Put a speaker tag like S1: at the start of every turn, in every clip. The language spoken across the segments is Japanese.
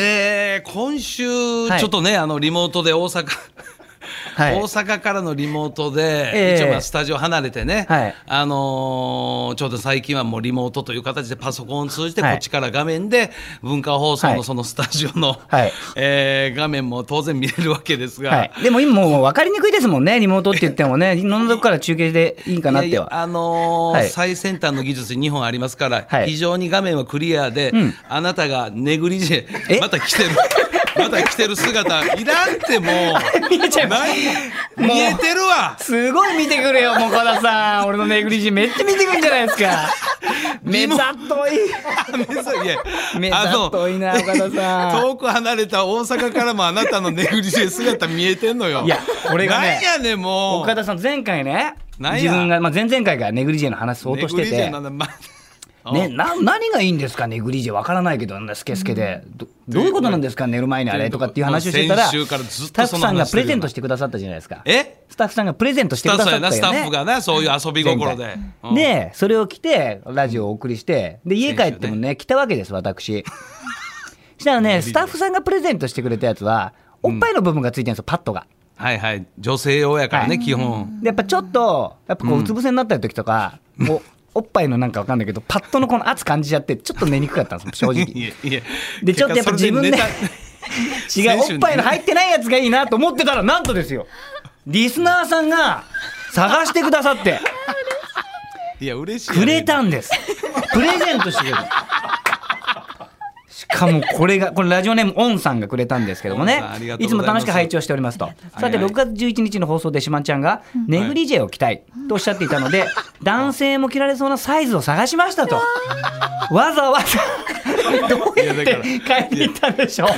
S1: えー、今週、
S2: い
S1: ちょっとね、あの、リモートで大阪、
S2: はい
S1: 大。阪からのリモートで、
S2: ええ
S1: 一応まあスタジオ離れてね、
S2: はい
S1: あのーちょうど最近はもうリモートという形でパソコンを通じてこ
S2: はい
S1: っちから画面で文化放送
S2: は
S1: の
S2: い
S1: そのスタジオの、
S2: はい
S1: えー画面も当然見れるわけですが、
S2: はい。でも今もう分かりにくいですもんね、リモートって言って もね、いろんなとこから中継でいいかなっ
S1: いや
S2: て
S1: いや
S2: は。
S1: あのー
S2: はい
S1: 最先端の技術に2本ありますから、
S2: はい
S1: 非常に画面はクリアで、
S2: ん
S1: あなたがネグリジェ
S2: え
S1: また来てるまた来てる姿いらんっても う
S2: 見えちゃいます
S1: なん見えてるわ
S2: すごい見て くれよ、もう岡田さん。俺のネグリジーめっちゃ見てくんじゃないですか。目ざとい。 目
S1: あ
S2: ざ
S1: の
S2: といな、岡田さん。
S1: 遠く離れた大阪からもあなたのネグリジェ姿見えてんのよ。
S2: いや俺がね
S1: なんやねんもう。
S2: 岡田さん、前回ね、
S1: なんや
S2: 自分が、まあ、前々回からネグリジェの話相当して
S1: ネグリジェ
S2: て
S1: な。んだまあ
S2: ね、な何がいいんですかネグリジェわからないけどあんなスケスケでどどういうことなんですか寝る前にあれとかっていう話をしてたら
S1: 先週からずっと
S2: スタッフさ
S1: そ
S2: んがプ
S1: の話してるよ
S2: レゼントしてくださったじゃないですか
S1: え
S2: スタッフさんがプレゼントし
S1: ス
S2: て
S1: タ
S2: く
S1: ッフ
S2: だ
S1: さ
S2: さっ
S1: んやなス
S2: た
S1: タ
S2: よ
S1: ッ
S2: ね
S1: フがなそういう遊び心で
S2: 前。
S1: うん
S2: でそれを着てラジオをお送りしてで家帰ってもね来たわけです私 したらねスタッフさんがプレゼントしてくれたやつはおっぱいの部分がついてるんですよパッドが。
S1: はいはい女性用やからね、
S2: はい
S1: 基本。
S2: でやっぱちょっとやっぱこううつ伏せになった時とか、おおっぱいのなんかわかんないけどパッドのこの圧感じちゃってちょっと寝にくかったんです正 直。
S1: いやいや
S2: でちょっとやっぱ自分で
S1: 結果それ
S2: 違
S1: 寝
S2: う
S1: た
S2: おっぱいの入ってないやつがいいなと思ってたらなんとですよリスナーさんが探してくださって
S1: いや嬉しいやん。
S2: くれたんですプレゼントしてくれたしかもこれがこれラジオネームオンさんがくれたんですけども
S1: オ
S2: ね
S1: ンさんありがとうござ
S2: いつ
S1: いま
S2: も
S1: す
S2: 楽しく拝聴しておりますとさて
S1: はい
S2: 6月11日の放送でしまんちゃんがネグリジェを着たいとおっしゃっていたので男性も着られそうなサイズを探しましたとわざわざどうやっ
S1: いやだ
S2: て買いに行ったんでしょう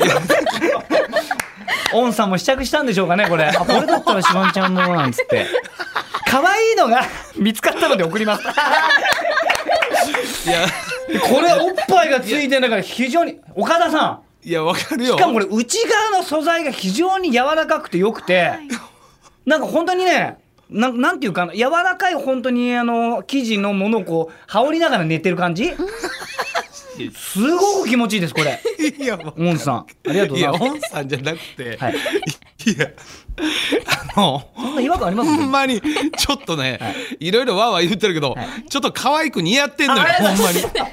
S2: オンさんも試着したんでしょうかねこれあこれだったらしまんちゃんもなんつって可愛いのが見つかったので送ります
S1: いや
S2: でこれおっぱいがついてるだから非常に岡田さ
S1: いやわかるよ。
S2: んしかもこれ内側の素材が非常に柔らかくてよくてなんか本当にねなんなんていうかな柔らかい本当にあの生地のものをこう羽織りながら寝てる感じすごく気持ちいいですこれ
S1: いやわ
S2: オンさんありがとうございます
S1: や、オンさんじゃなくて、
S2: はい
S1: い、や、あの、
S2: そんな違和感あります
S1: ほんまに、ちょっとね、い、ろいろわーわー言ってるけど、ちょっと可愛く似合ってんのよ、
S2: ああり
S1: ほ
S2: が
S1: ん
S2: とうご
S1: ま
S2: ざい
S1: に。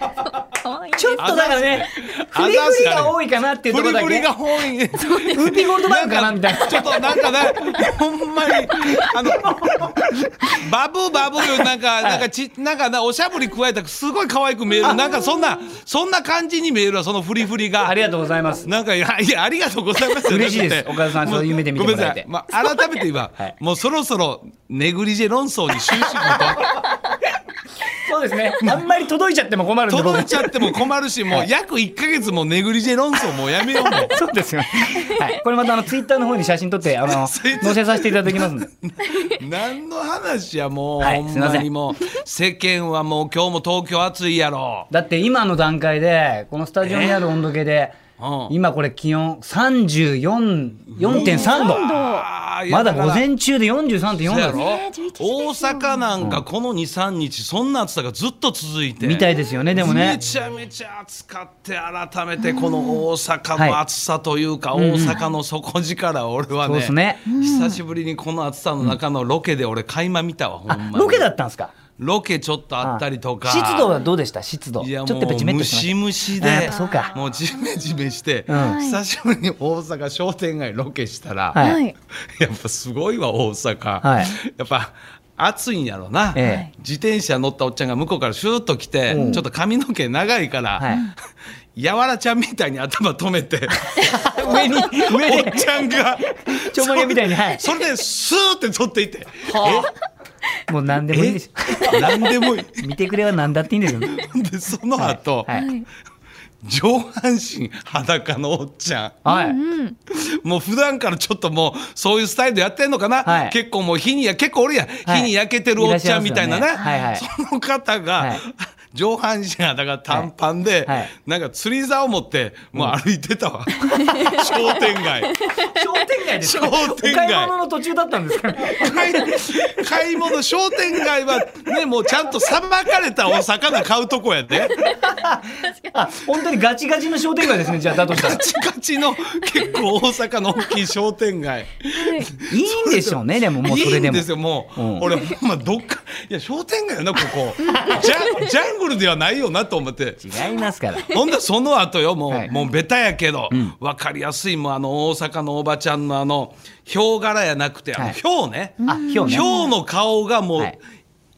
S3: 可愛い
S2: ちょっとだからね
S1: あざ
S2: フ
S1: っすね
S2: リフリが多いかなっていうと
S1: ブ
S2: ころ
S1: リ
S2: だけ
S1: ブリが多い。
S2: ウーピーゴールドバーグかなみたいな
S1: ちょっとなんかね、ほんまに、あの、バブーバブーよ、なんか、なんかち、なんかな、おしゃぶり加えたらすごい可愛く見える。なんかそんな、そんな感じに見えるわ、そのフリフリが。
S2: ありがとうございます
S1: なんかいやいやありがとうございますよ
S2: 嬉しいです
S1: だって
S2: 岡田さんそういう目で見てもらえて
S1: ごめんなさい、まあ、改めて今、
S2: はい
S1: もうそろそろネグリジェ論争に終止
S2: そうですねあんまり届いちゃっても困るん
S1: 符
S2: で
S1: と
S2: 僕
S1: 届いちゃっても困るしもう約1か月もネグリジェ論争もうやめようもう
S2: そうですよね。はい、これまたあのツイッターの方に写真撮って、あ の、
S1: ツイッター
S2: 載せさせていただきますんで。
S1: 何の話やもう、
S2: はい
S1: ほ
S2: す
S1: ん
S2: いま
S1: ま
S2: せん
S1: にもう世間はもう今日も東京暑いやろ
S2: だって今の段階で、このスタジオにある温度計で、
S1: うん
S2: 今これ気温34、4.3度。
S1: あーいや
S2: まだ
S1: か
S2: 午
S1: ら
S2: 前中で43.4
S1: そうやろ
S2: 度で
S1: 大
S3: ね11時ですよ
S1: 阪なんかこの23日そんな暑さがずっと続いて
S2: す。みたいですよね、でもね
S1: め。ちゃめちゃ暑かって改めてこの大阪の暑さというか、大阪の底力を俺は
S2: そうで
S1: ね
S2: すね
S1: 久しぶりにこの暑さの中のロケで俺垣間見たわほんま
S2: あ、
S1: に
S2: ロケだったんですか。
S1: ロケちょっとあったりとか
S2: あ湿度はどうでした湿度。
S1: い
S2: ちょ
S1: や
S2: っ
S1: も
S2: と
S1: う
S2: やっぱジメッと
S1: ム
S2: し
S1: シ
S2: まし
S1: ムシ
S2: あや
S1: で
S2: っぱそうか
S1: もうジメジメして、
S2: うん
S1: 久しぶりに大阪商店街ロケしたら、
S2: た。は。
S3: はいい。
S1: やっぱすごいわ大阪、
S2: はい
S1: やっぱ暑いんやろな、
S2: え
S1: 自転車乗ったおっちゃんが向こうからシューッと来て、
S2: うん
S1: ちょっと髪の毛長いから、
S2: はい
S1: やわらちゃんみたいに頭止め て
S2: 上に、上
S1: おっ
S2: で、
S1: ちゃんが
S2: ちょんまげみたいに、はい。
S1: それでスーって取っていって
S2: もう何でもいいです。
S1: え何でもいい
S2: 見てくれは何だっていいん ですよ。
S1: でその後、
S2: はい。
S1: 上半身裸のおっちゃん
S2: はい。
S1: もう普段からちょっともうそういうスタイルでやってんのかな、
S2: はい
S1: 結構もう日にや結構俺や、
S2: はい
S1: 日に焼けてるおっちゃんみたいなね
S2: いらっしゃいますよねはいはい
S1: その方が、
S2: はい
S1: 上半身はだから短パンで、
S2: はいはい
S1: なんか釣り竿持ってもう歩いてたわ、 商店街
S2: 商店街ですか
S1: 商店街
S2: お買い物の途中だったんですか
S1: 買い買い物商店街はねもうちゃんとさばかれたお魚買うとこや で
S2: あ本当にガチガチの商店街ですねじゃあだとしたら
S1: カチカチの結構大阪の大きい商店街
S2: いいんでしょうねでももうそ
S1: いい
S2: れで
S1: ん
S2: も
S1: ですよもう、
S2: うん
S1: 俺ほんまどっかいや商店街やなここジャジャングルではないよなと思って
S2: 違いますから
S1: ほんでその後よもう、
S2: はい
S1: もうベタやけど、分かりやすいもうあの大阪のおばちゃんのあのヒョウ柄やなくてあ
S2: は
S1: の
S2: い
S1: ヒョウね、
S2: あ今日
S1: ヒ
S2: ね
S1: ョウの顔がも
S2: は
S1: う
S2: い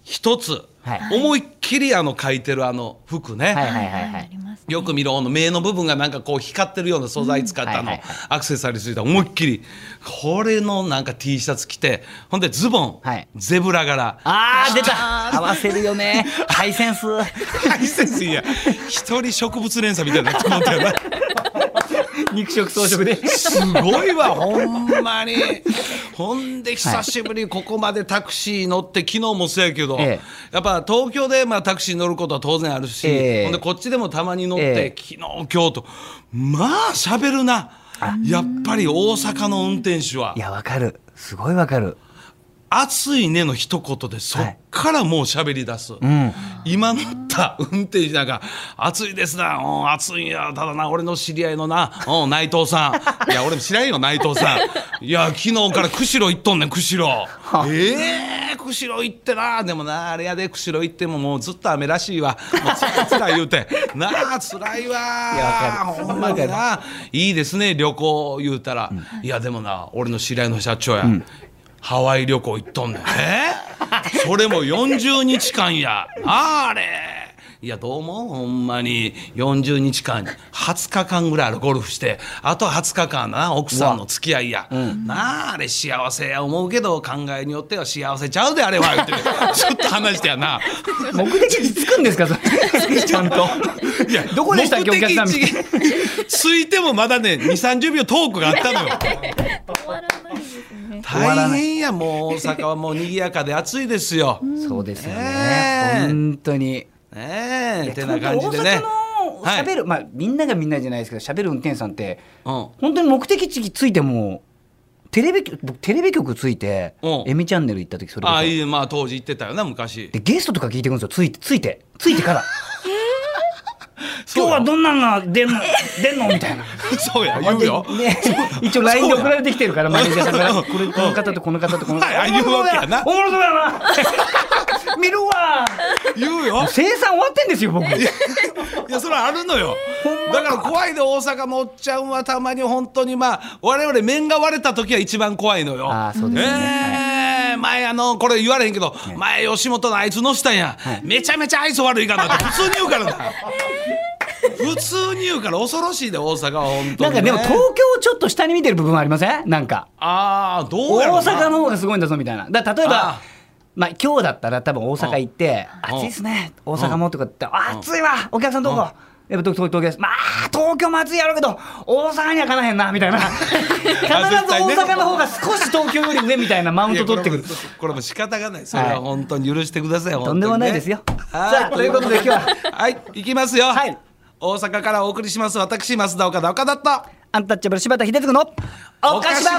S1: 一つ、
S2: はい
S1: 思いっきりあの描いてるあの服ね、
S2: はいはいはいは
S3: あ
S2: い
S3: りますね
S1: よく見る方の目の部分がなんかこう光ってるような素材使った
S2: うん
S1: の、
S2: はいはいは
S1: アクセサリーついた思いっきりこれのなんか T シャツ着てほんでズボン、
S2: はい
S1: ゼブラ柄
S2: あー出た合わせるよねハイセンス
S1: ハイセンスいいや一人植物連鎖みたいになって思ったよな
S2: 肉食装飾です
S1: ごいわほんまにほんで久しぶりにここまでタクシー乗って昨日もそうやけど、
S2: ええ
S1: やっぱ東京でまあタクシー乗ることは当然あるし、
S2: ええ
S1: ほんでこっちでもたまに乗って、
S2: ええ
S1: 昨日今日とまあ喋るなやっぱり大阪の運転手はい
S2: やわかるすごいわかる
S1: 「暑いね」の一言でそっからもう喋り出す、
S2: うん
S1: 今乗った運転手なんか「暑いですなうん暑いんやただな俺の知り合いのなうん内藤さんいや俺も知らんよ内藤さんいや昨日から釧路行っとんねん釧路ええー、釧路行ってなでもなあれやで釧路行ってももうずっと雨らしいわもうつらいつらい言うてなあつらいわ
S2: いやわかる
S1: ほんまにないいですね旅行言うたら、いやでもな俺の知り合いの社長や、ハワイ旅行行っ とんねんえそれも40日間やあれいやどう思うほんまに40日間20日間ぐらいあるゴルフしてあと20日間な奥さんの付き合いや、なああれ幸せや思うけど考えによっては幸せちゃうであれは言 ってちょっと話してやな。
S2: 目的につくんですかそれ ちゃんと
S1: いや
S2: どこでしたっけ
S1: 目的
S2: お客さん
S1: 地ついてもまだね2 3 0秒トークがあったのよ
S3: 終わらないですね
S2: わら
S1: 大
S2: ない
S1: 変やもう大阪はもう賑やかで暑いですよ、
S2: そうですよ
S1: ね
S2: ね
S1: え
S2: 本当に
S1: ねえ
S2: いや
S1: てな感じでね
S2: 本当大阪の喋る、まあみんながみんなじゃないですけど喋る運転手さんって本当に目的地ついてもテレビ局僕テレビ局ついて
S1: うん
S2: 「エミチャンネル」行った時そ
S1: うん、
S2: れこ
S1: あ
S2: そ
S1: あいいまあ当時言ってたよな昔
S2: でゲストとか聞いてくるんですよついてついてついてから
S1: そう
S2: 「今日
S1: や
S2: はどんなんが出んの出んの?」みたいな。
S1: そうや言うよ
S2: で ね一応 LINE で送られてきてるからマネージャーさんからこれこの方とこの方とこの方
S1: はいはい言うわけやな
S2: おもろそうやな 見るわ
S1: 言うよ
S2: 生産終わってんですよ僕
S1: いやそれはあるのよだから怖いで大阪のおっちゃんはたまに本当にまあ我々面が割れた時は一番怖いのよ
S2: あーそうですね
S1: えー前あのこれ言われへんけど、前吉本のあいつのしたんや、めちゃめちゃ愛想悪いからなって普通に言うからな普通に言うから恐ろしいで大阪は本当
S2: な
S1: に、ね、
S2: んかでも東京をちょっと下に見てる部分はありませんなんか
S1: ああどうやろ
S2: 大
S1: うな
S2: 阪の方がすごいんだぞみたいなだから例え
S1: あ
S2: ばまあ今日だったら多分大阪行って「
S1: うん
S2: 暑いっすね大阪も」とかって「あ暑いわお客さんどこ?」やっぱ東東京です。まあ、東京も暑いやろうけど、大阪にはかなへんな、みたい な。必ず大阪の方が少し東京より上みたいなマウント取ってくる
S1: いや。これもこれも仕方がないそれは本当に許してください、
S2: とんでもないですよ。さあ、ということで今日は、
S1: はい行きますよ
S2: はい
S1: 大阪からお送りします私増田岡田岡田と
S2: アンタッチャブル柴田秀嗣の、おかしば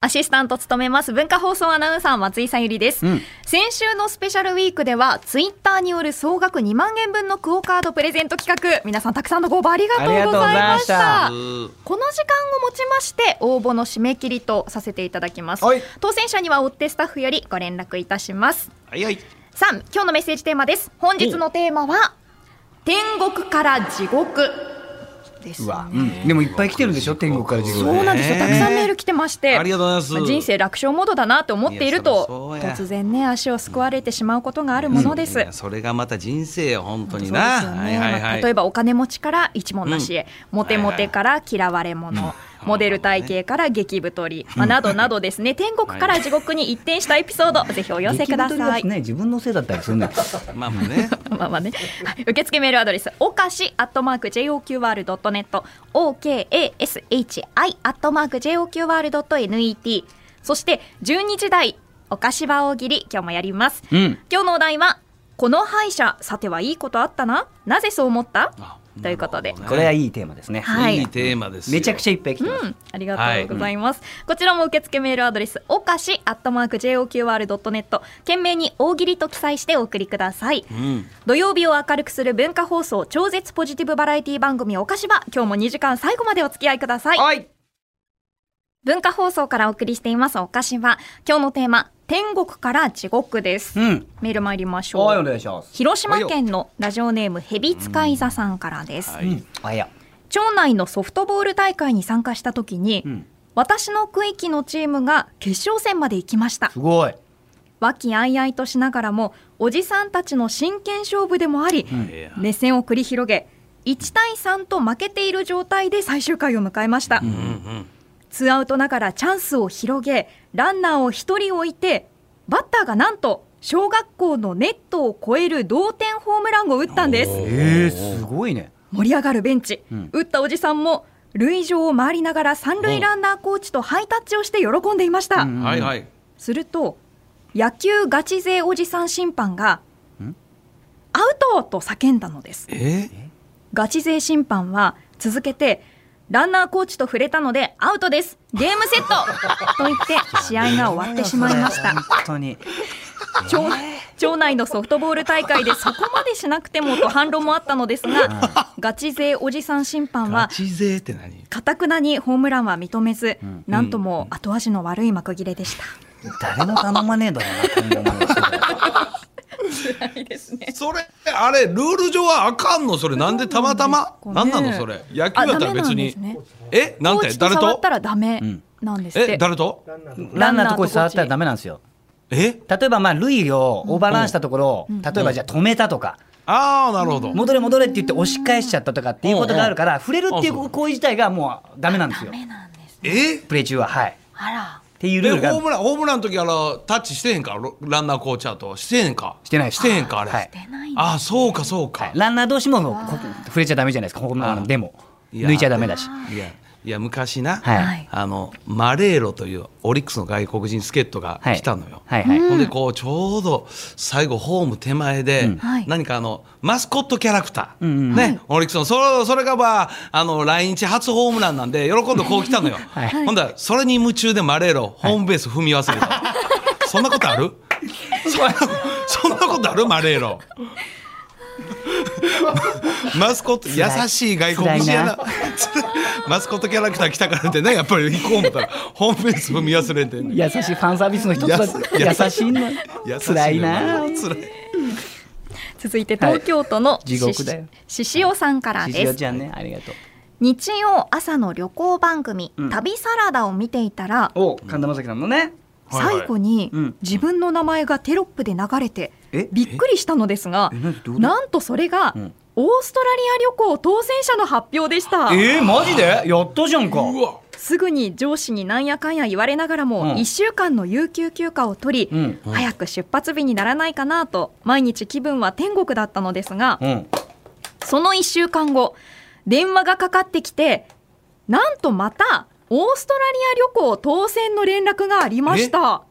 S3: アシスタント務めます文化放送アナウンサー松井さゆりです、
S2: ん
S3: 先週のスペシャルウィークではツイッターによる総額2万円分のクオカードプレゼント企画皆さんたくさんのご応募ありがとうございました
S2: あ
S3: この時間をもちまして応募の締め切りとさせていただきます
S2: はい
S3: 当選者には追ってスタッフよりご連絡いたします
S1: はいはい
S3: さあ今日のメッセージテーマです本日のテーマは天国から地獄です
S2: う
S3: ね
S2: わ、うん。でもいっぱい来てるんでしょ天国から地獄。
S3: そうなんですよ。たくさんメール来てまして。
S1: ありがとうございます
S3: 人生楽勝モードだなと思っている
S1: い
S3: と
S1: やそりゃそうや
S3: 突然ね足をすくわれてしまうことがあるものです。
S1: いやそれがまた人生よ本当にな
S3: そうですよ
S1: は
S3: ね
S1: いはい
S3: まあ
S1: はい
S3: 例えばお金持ちから一文なしへ、モテモテから嫌われ者、モデル体型から激太り、まあ、などなどですね天国から地獄に一転したエピソード、ぜひお寄せくだ
S2: 激太りは
S3: さい。
S2: ね、自分のせいだったりするん だけど
S1: まあまあね
S3: まあまあね、はい受付メールアドレスおかしアットマーク JOQR.net OKASHI アットマーク JOQR.net そして12時台おかし場大喜利今日もやります、
S2: うん
S3: 今日のお題はこの歯医者さてはいいことあったななぜそう思った
S1: あ
S3: ということで
S1: なるほどね
S2: これはいいテーマですね。
S3: はい
S1: いいテーマですよ
S2: めちゃくちゃいっぱい来てます。
S3: うんありがとうございます、こちらも受付メールアドレスおかしアットマーク JOQR.net 件名に大喜利と記載してお送りください、
S1: うん
S3: 土曜日を明るくする文化放送超絶ポジティブバラエティ番組おかしは今日も2時間最後までお付き合いください
S2: はい。
S3: 文化放送からお送りしていますおかしは今日のテーマ天国から地獄です、
S2: うん。
S3: メール参りましょ
S2: はい、お
S3: う
S2: 願いします。
S3: 広島県のラジオネームヘビ使い座さんからです、
S1: は
S2: う
S1: い
S2: ん。あいや。
S3: 町内のソフトボール大会に参加した時に、
S2: うん。
S3: 私の区域のチームが決勝戦まで行きました
S2: すごい。
S3: 和気あいあいとしながらもおじさんたちの真剣勝負でもあり、
S1: ええ
S3: 熱戦を繰り広げ1対3と負けている状態で最終回を迎えました、
S1: うんうん
S3: ツーアウトながらチャンスを広げランナーを1人置いてバッターがなんと小学校のネットを超える同点ホームランを打ったんです
S2: ええすごいね。
S3: 盛り上がるベンチ、
S2: うん
S3: 打ったおじさんも塁上を回りながら三塁ランナーコーチとハイタッチをして喜んでいました、
S2: うん
S1: はいはい
S3: すると野球ガチ勢おじさん審判が
S2: ん
S3: 「アウト!」と叫んだのです
S1: え
S3: ガチ勢審判は続けてランナーコーチと触れたのでアウトですゲームセッ トと言って試合が終わってしまいました
S2: 本当に。
S3: 町町内のソフトボール大会でそこまでしなくてもと反論もあったのですがガチ勢おじさん審判
S1: ガ
S3: は
S1: チ勢って何
S3: かたくなにホームランは認めず、
S2: ん
S3: なんとも後味の悪い幕切れでした。
S2: 誰も頼まねえだろうなと 思います
S3: 辛いですね。
S1: それあれルール上はあかんのそれなんでたまたま
S3: そう
S1: な
S3: なんんで
S1: なの
S3: すかね
S1: それ野球やったら別に
S3: あダメなんで
S1: え
S3: す
S1: なんて
S3: コーチと
S1: 誰
S3: 触っ
S1: と
S3: たらダメ
S2: ん
S3: なんですって。
S1: え誰と
S2: けど。ランナーとこに触ったらダメなんですよ。
S1: え
S2: 例えばまあ類をオーバーランしたところを、例えばじゃあ止めたとか、
S1: ああなるほど
S2: 戻れ戻れって言って押し返しちゃったとかっていうことがあるから、触れるってい
S1: あそう
S2: う行為自体がもうダメなんですよ
S3: ダ。メなんです。
S1: え
S2: プレー中ははい。
S3: あら。
S2: っていう
S1: で
S2: ルールがあ
S1: ホー
S2: る
S1: ムランホームランの時あのタッチしてへんかロランナーコーチャーとしてへんか
S2: してないです
S1: してへんかあれ、
S2: はい
S3: 出ないんだ。
S1: ああそうかそうか、
S2: ランナー同士もこ触れちゃダメじゃないですか。ホームランでも
S1: いや
S2: 抜いちゃダメだし。
S1: いやいや昔な、
S2: はい
S3: はい
S1: あのマレーロというオリックスの外国人助っ人が
S2: はい。
S1: 来たのよ、
S2: はいはい。
S1: ほんでこうちょうど最後ホーム手前で
S3: はい
S1: 何かあのマスコットキャラクター、
S2: んうん
S1: ね、オリックスのそれそれがまああの来日初ホームランなんで喜んでこう来たの よ、
S2: い
S1: ほんだらそれに夢中でマレーロホームベース踏み忘れ た、そんなことあるそんなそんなことあるマレー ロマスコット
S2: 辛い
S1: 優しい外国人やな
S2: 辛
S1: マスコットキャラクター来たからってねやっぱり行こう思ったらホームベース踏み忘れてんねん
S2: 優しいファンサービスの一つだ
S1: やすやす
S2: 優しいの
S1: 優しい
S2: 辛いな
S1: よ辛い
S3: 続いて東京都の
S2: い地獄だよ
S3: ししおさんから
S2: し
S3: で
S2: じお
S3: す。
S2: ちゃんねありがとう
S3: 日曜朝の旅行番組、
S2: うん
S3: 旅サラダを見ていたら、
S2: お神田正輝さんのね
S1: はいはい
S3: 最後に
S2: うん
S3: 自分の名前がテロップで流れて
S2: え
S3: びっくりしたのですが
S2: ええ何どういうこと
S3: なんとそれが
S2: ん
S3: オーストラリア旅行当選者の発表でした
S2: えー、マジでやったじゃんか
S1: うわ
S3: すぐに上司になんやかんや言われながら
S2: うん
S3: も1週間の有給休暇を取
S2: う
S3: り
S2: ん
S3: 早く出発日にならないかなと毎日気分は天国だったのですが
S2: うん
S3: その1週間後電話がかかってきてなんとまたオーストラリア旅行当選の連絡がありました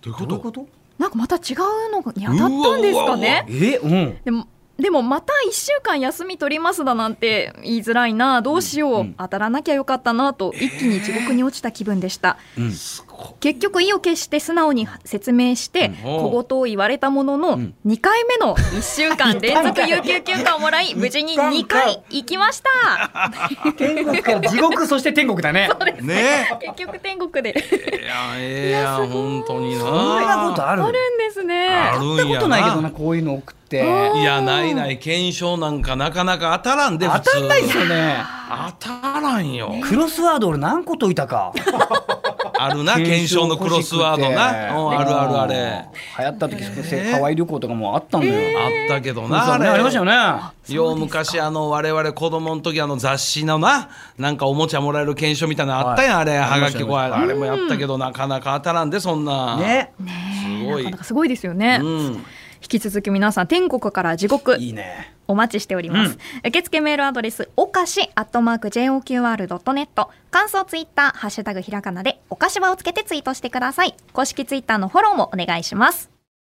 S1: どういう
S2: ど
S1: こ
S2: ういう
S1: と
S2: こと
S3: なんかまた違うのに当たったんですかね
S2: えうん
S3: でもでもまた1週間休み取りますだなんて言いづらいなどうしよう、
S2: うん
S3: 当たらなきゃよかったなと一気に地獄に落ちた気分でした、
S2: うん
S1: すごい
S3: 結局意を決して素直に説明して
S1: うん
S3: 小言を言われたものの
S2: ん
S3: 2回目の1週間連続有給休暇をもらい無事に2回行きました
S2: 天国から地獄そして天国だね
S1: ね
S3: 結局天国で
S1: えいやええやん本当にな
S2: そんなことある
S3: あるんです
S1: あ
S3: ね
S1: るんや
S2: やったことないけどなこういうの送って
S3: うん
S1: いやないない検証なんかなかなか当たらんで
S2: 当
S1: 普通
S2: たんないですよね
S1: 当たらんよ
S2: クロスワード俺何個解いた か
S1: あるな検証のクロスワードなうんあるあるあれ
S2: 流行った時ハワイ旅行とかもあったんだよ
S1: あったけど
S2: そう
S1: な
S2: そう
S1: あ
S2: ね
S1: れ
S2: ありましたよね
S1: よう昔あの我々子供の時あの雑誌のななんかおもちゃもらえる検証みたいなのあったやん、あれ
S2: あ
S1: は
S2: りま
S1: が
S2: した
S1: きこうあれもやったけどなかなか当たらんでそんな
S2: ね
S1: すご
S3: ないかなかすごいですよね、
S1: うん
S3: 引き続き皆さん天国から地獄
S2: いいね
S3: お待ちしております、受付メールアドレスおかしアットマーク JOQR.net 感想ツイッターハッシュタグひらがなでおかしばをつけてツイートしてください公式ツイッターのフォローもお願いします